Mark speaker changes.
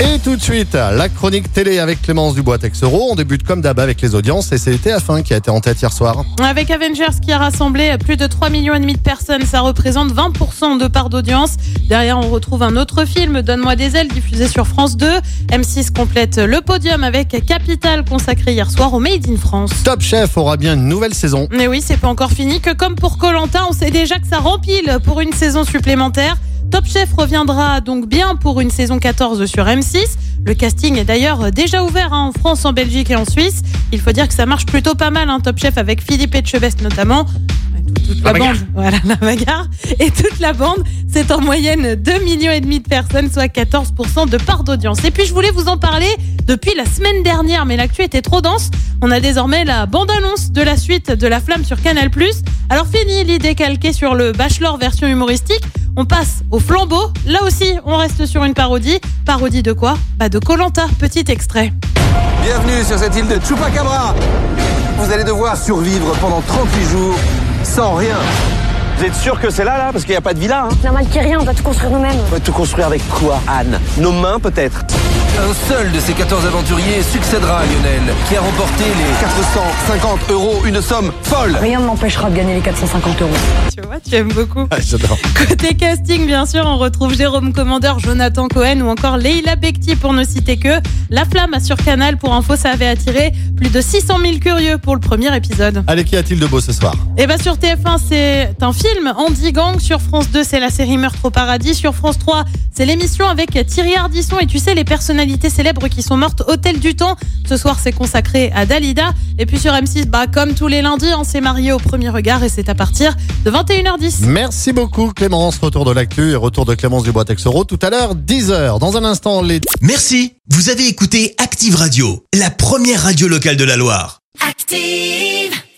Speaker 1: Et tout de suite, la chronique télé avec Clémence Dubois Texero. On débute comme d'hab avec les audiences et c'est TF1 qui a été en tête hier soir.
Speaker 2: Avec Avengers qui a rassemblé plus de 3,5 millions de personnes, ça représente 20% de part d'audience. Derrière, on retrouve un autre film, Donne-moi des ailes, diffusé sur France 2. M6 complète le podium avec Capital, consacré hier soir au Made in France.
Speaker 1: Top Chef aura bien une nouvelle saison.
Speaker 2: Mais oui, c'est pas encore fini, que comme pour Colanta, on sait déjà que ça rempile pour une saison supplémentaire. Top Chef reviendra donc bien pour une saison 14 sur M6. Le casting est d'ailleurs déjà ouvert hein, en France, en Belgique et en Suisse. Il faut dire que ça marche plutôt pas mal, hein, Top Chef, avec Philippe Etchebest notamment. Ouais, toute- toute la, bande, voilà la bagarre. Et toute la bande, c'est en moyenne 2,5 millions et demi de personnes, soit 14% de part d'audience. Et puis je voulais vous en parler depuis la semaine dernière, mais l'actu était trop dense. On a désormais la bande-annonce de la suite de La Flamme sur Canal+. Alors fini l'idée calquée sur le Bachelor version humoristique. On passe au flambeau. Là aussi, on reste sur une parodie. Parodie de quoi Bah de Colanta. Petit extrait.
Speaker 3: Bienvenue sur cette île de Chupacabra. Vous allez devoir survivre pendant 38 jours sans rien. Vous êtes sûr que c'est là, là Parce qu'il n'y a pas de villa, hein
Speaker 4: Normal qu'il y ait rien, on doit tout construire nous-mêmes.
Speaker 3: On va tout construire avec quoi, Anne Nos mains, peut-être
Speaker 5: Un seul de ces 14 aventuriers succédera à Lionel, qui a remporté les
Speaker 3: 450 euros, une somme folle
Speaker 4: Rien ne m'empêchera de gagner les 450 euros.
Speaker 2: Tu vois, tu aimes beaucoup.
Speaker 1: Ah, J'adore.
Speaker 2: Côté casting, bien sûr, on retrouve Jérôme Commandeur, Jonathan Cohen ou encore Leila Bekti pour ne citer que. La Flamme sur Canal pour info, ça avait attiré plus de 600 000 curieux pour le premier épisode.
Speaker 1: Allez, qu'y a-t-il de beau ce soir
Speaker 2: Et bien sur TF1, c'est un film, Andy Gang. Sur France 2, c'est la série Meurtre au paradis. Sur France 3, c'est l'émission avec Thierry Ardisson. Et tu sais, les personnalités célèbres qui sont mortes, Hôtel du Temps. Ce soir, c'est consacré à Dalida. Et puis sur M6, bah, comme tous les lundis, on s'est marié au premier regard et c'est à partir de 21h10.
Speaker 1: Merci beaucoup Clémence. Retour de l'actu et retour de Clémence Dubois Texero tout à l'heure, 10h. Dans un instant, les
Speaker 6: Merci, vous avez écouté Active Radio, la première radio locale de la Loire.
Speaker 7: Active.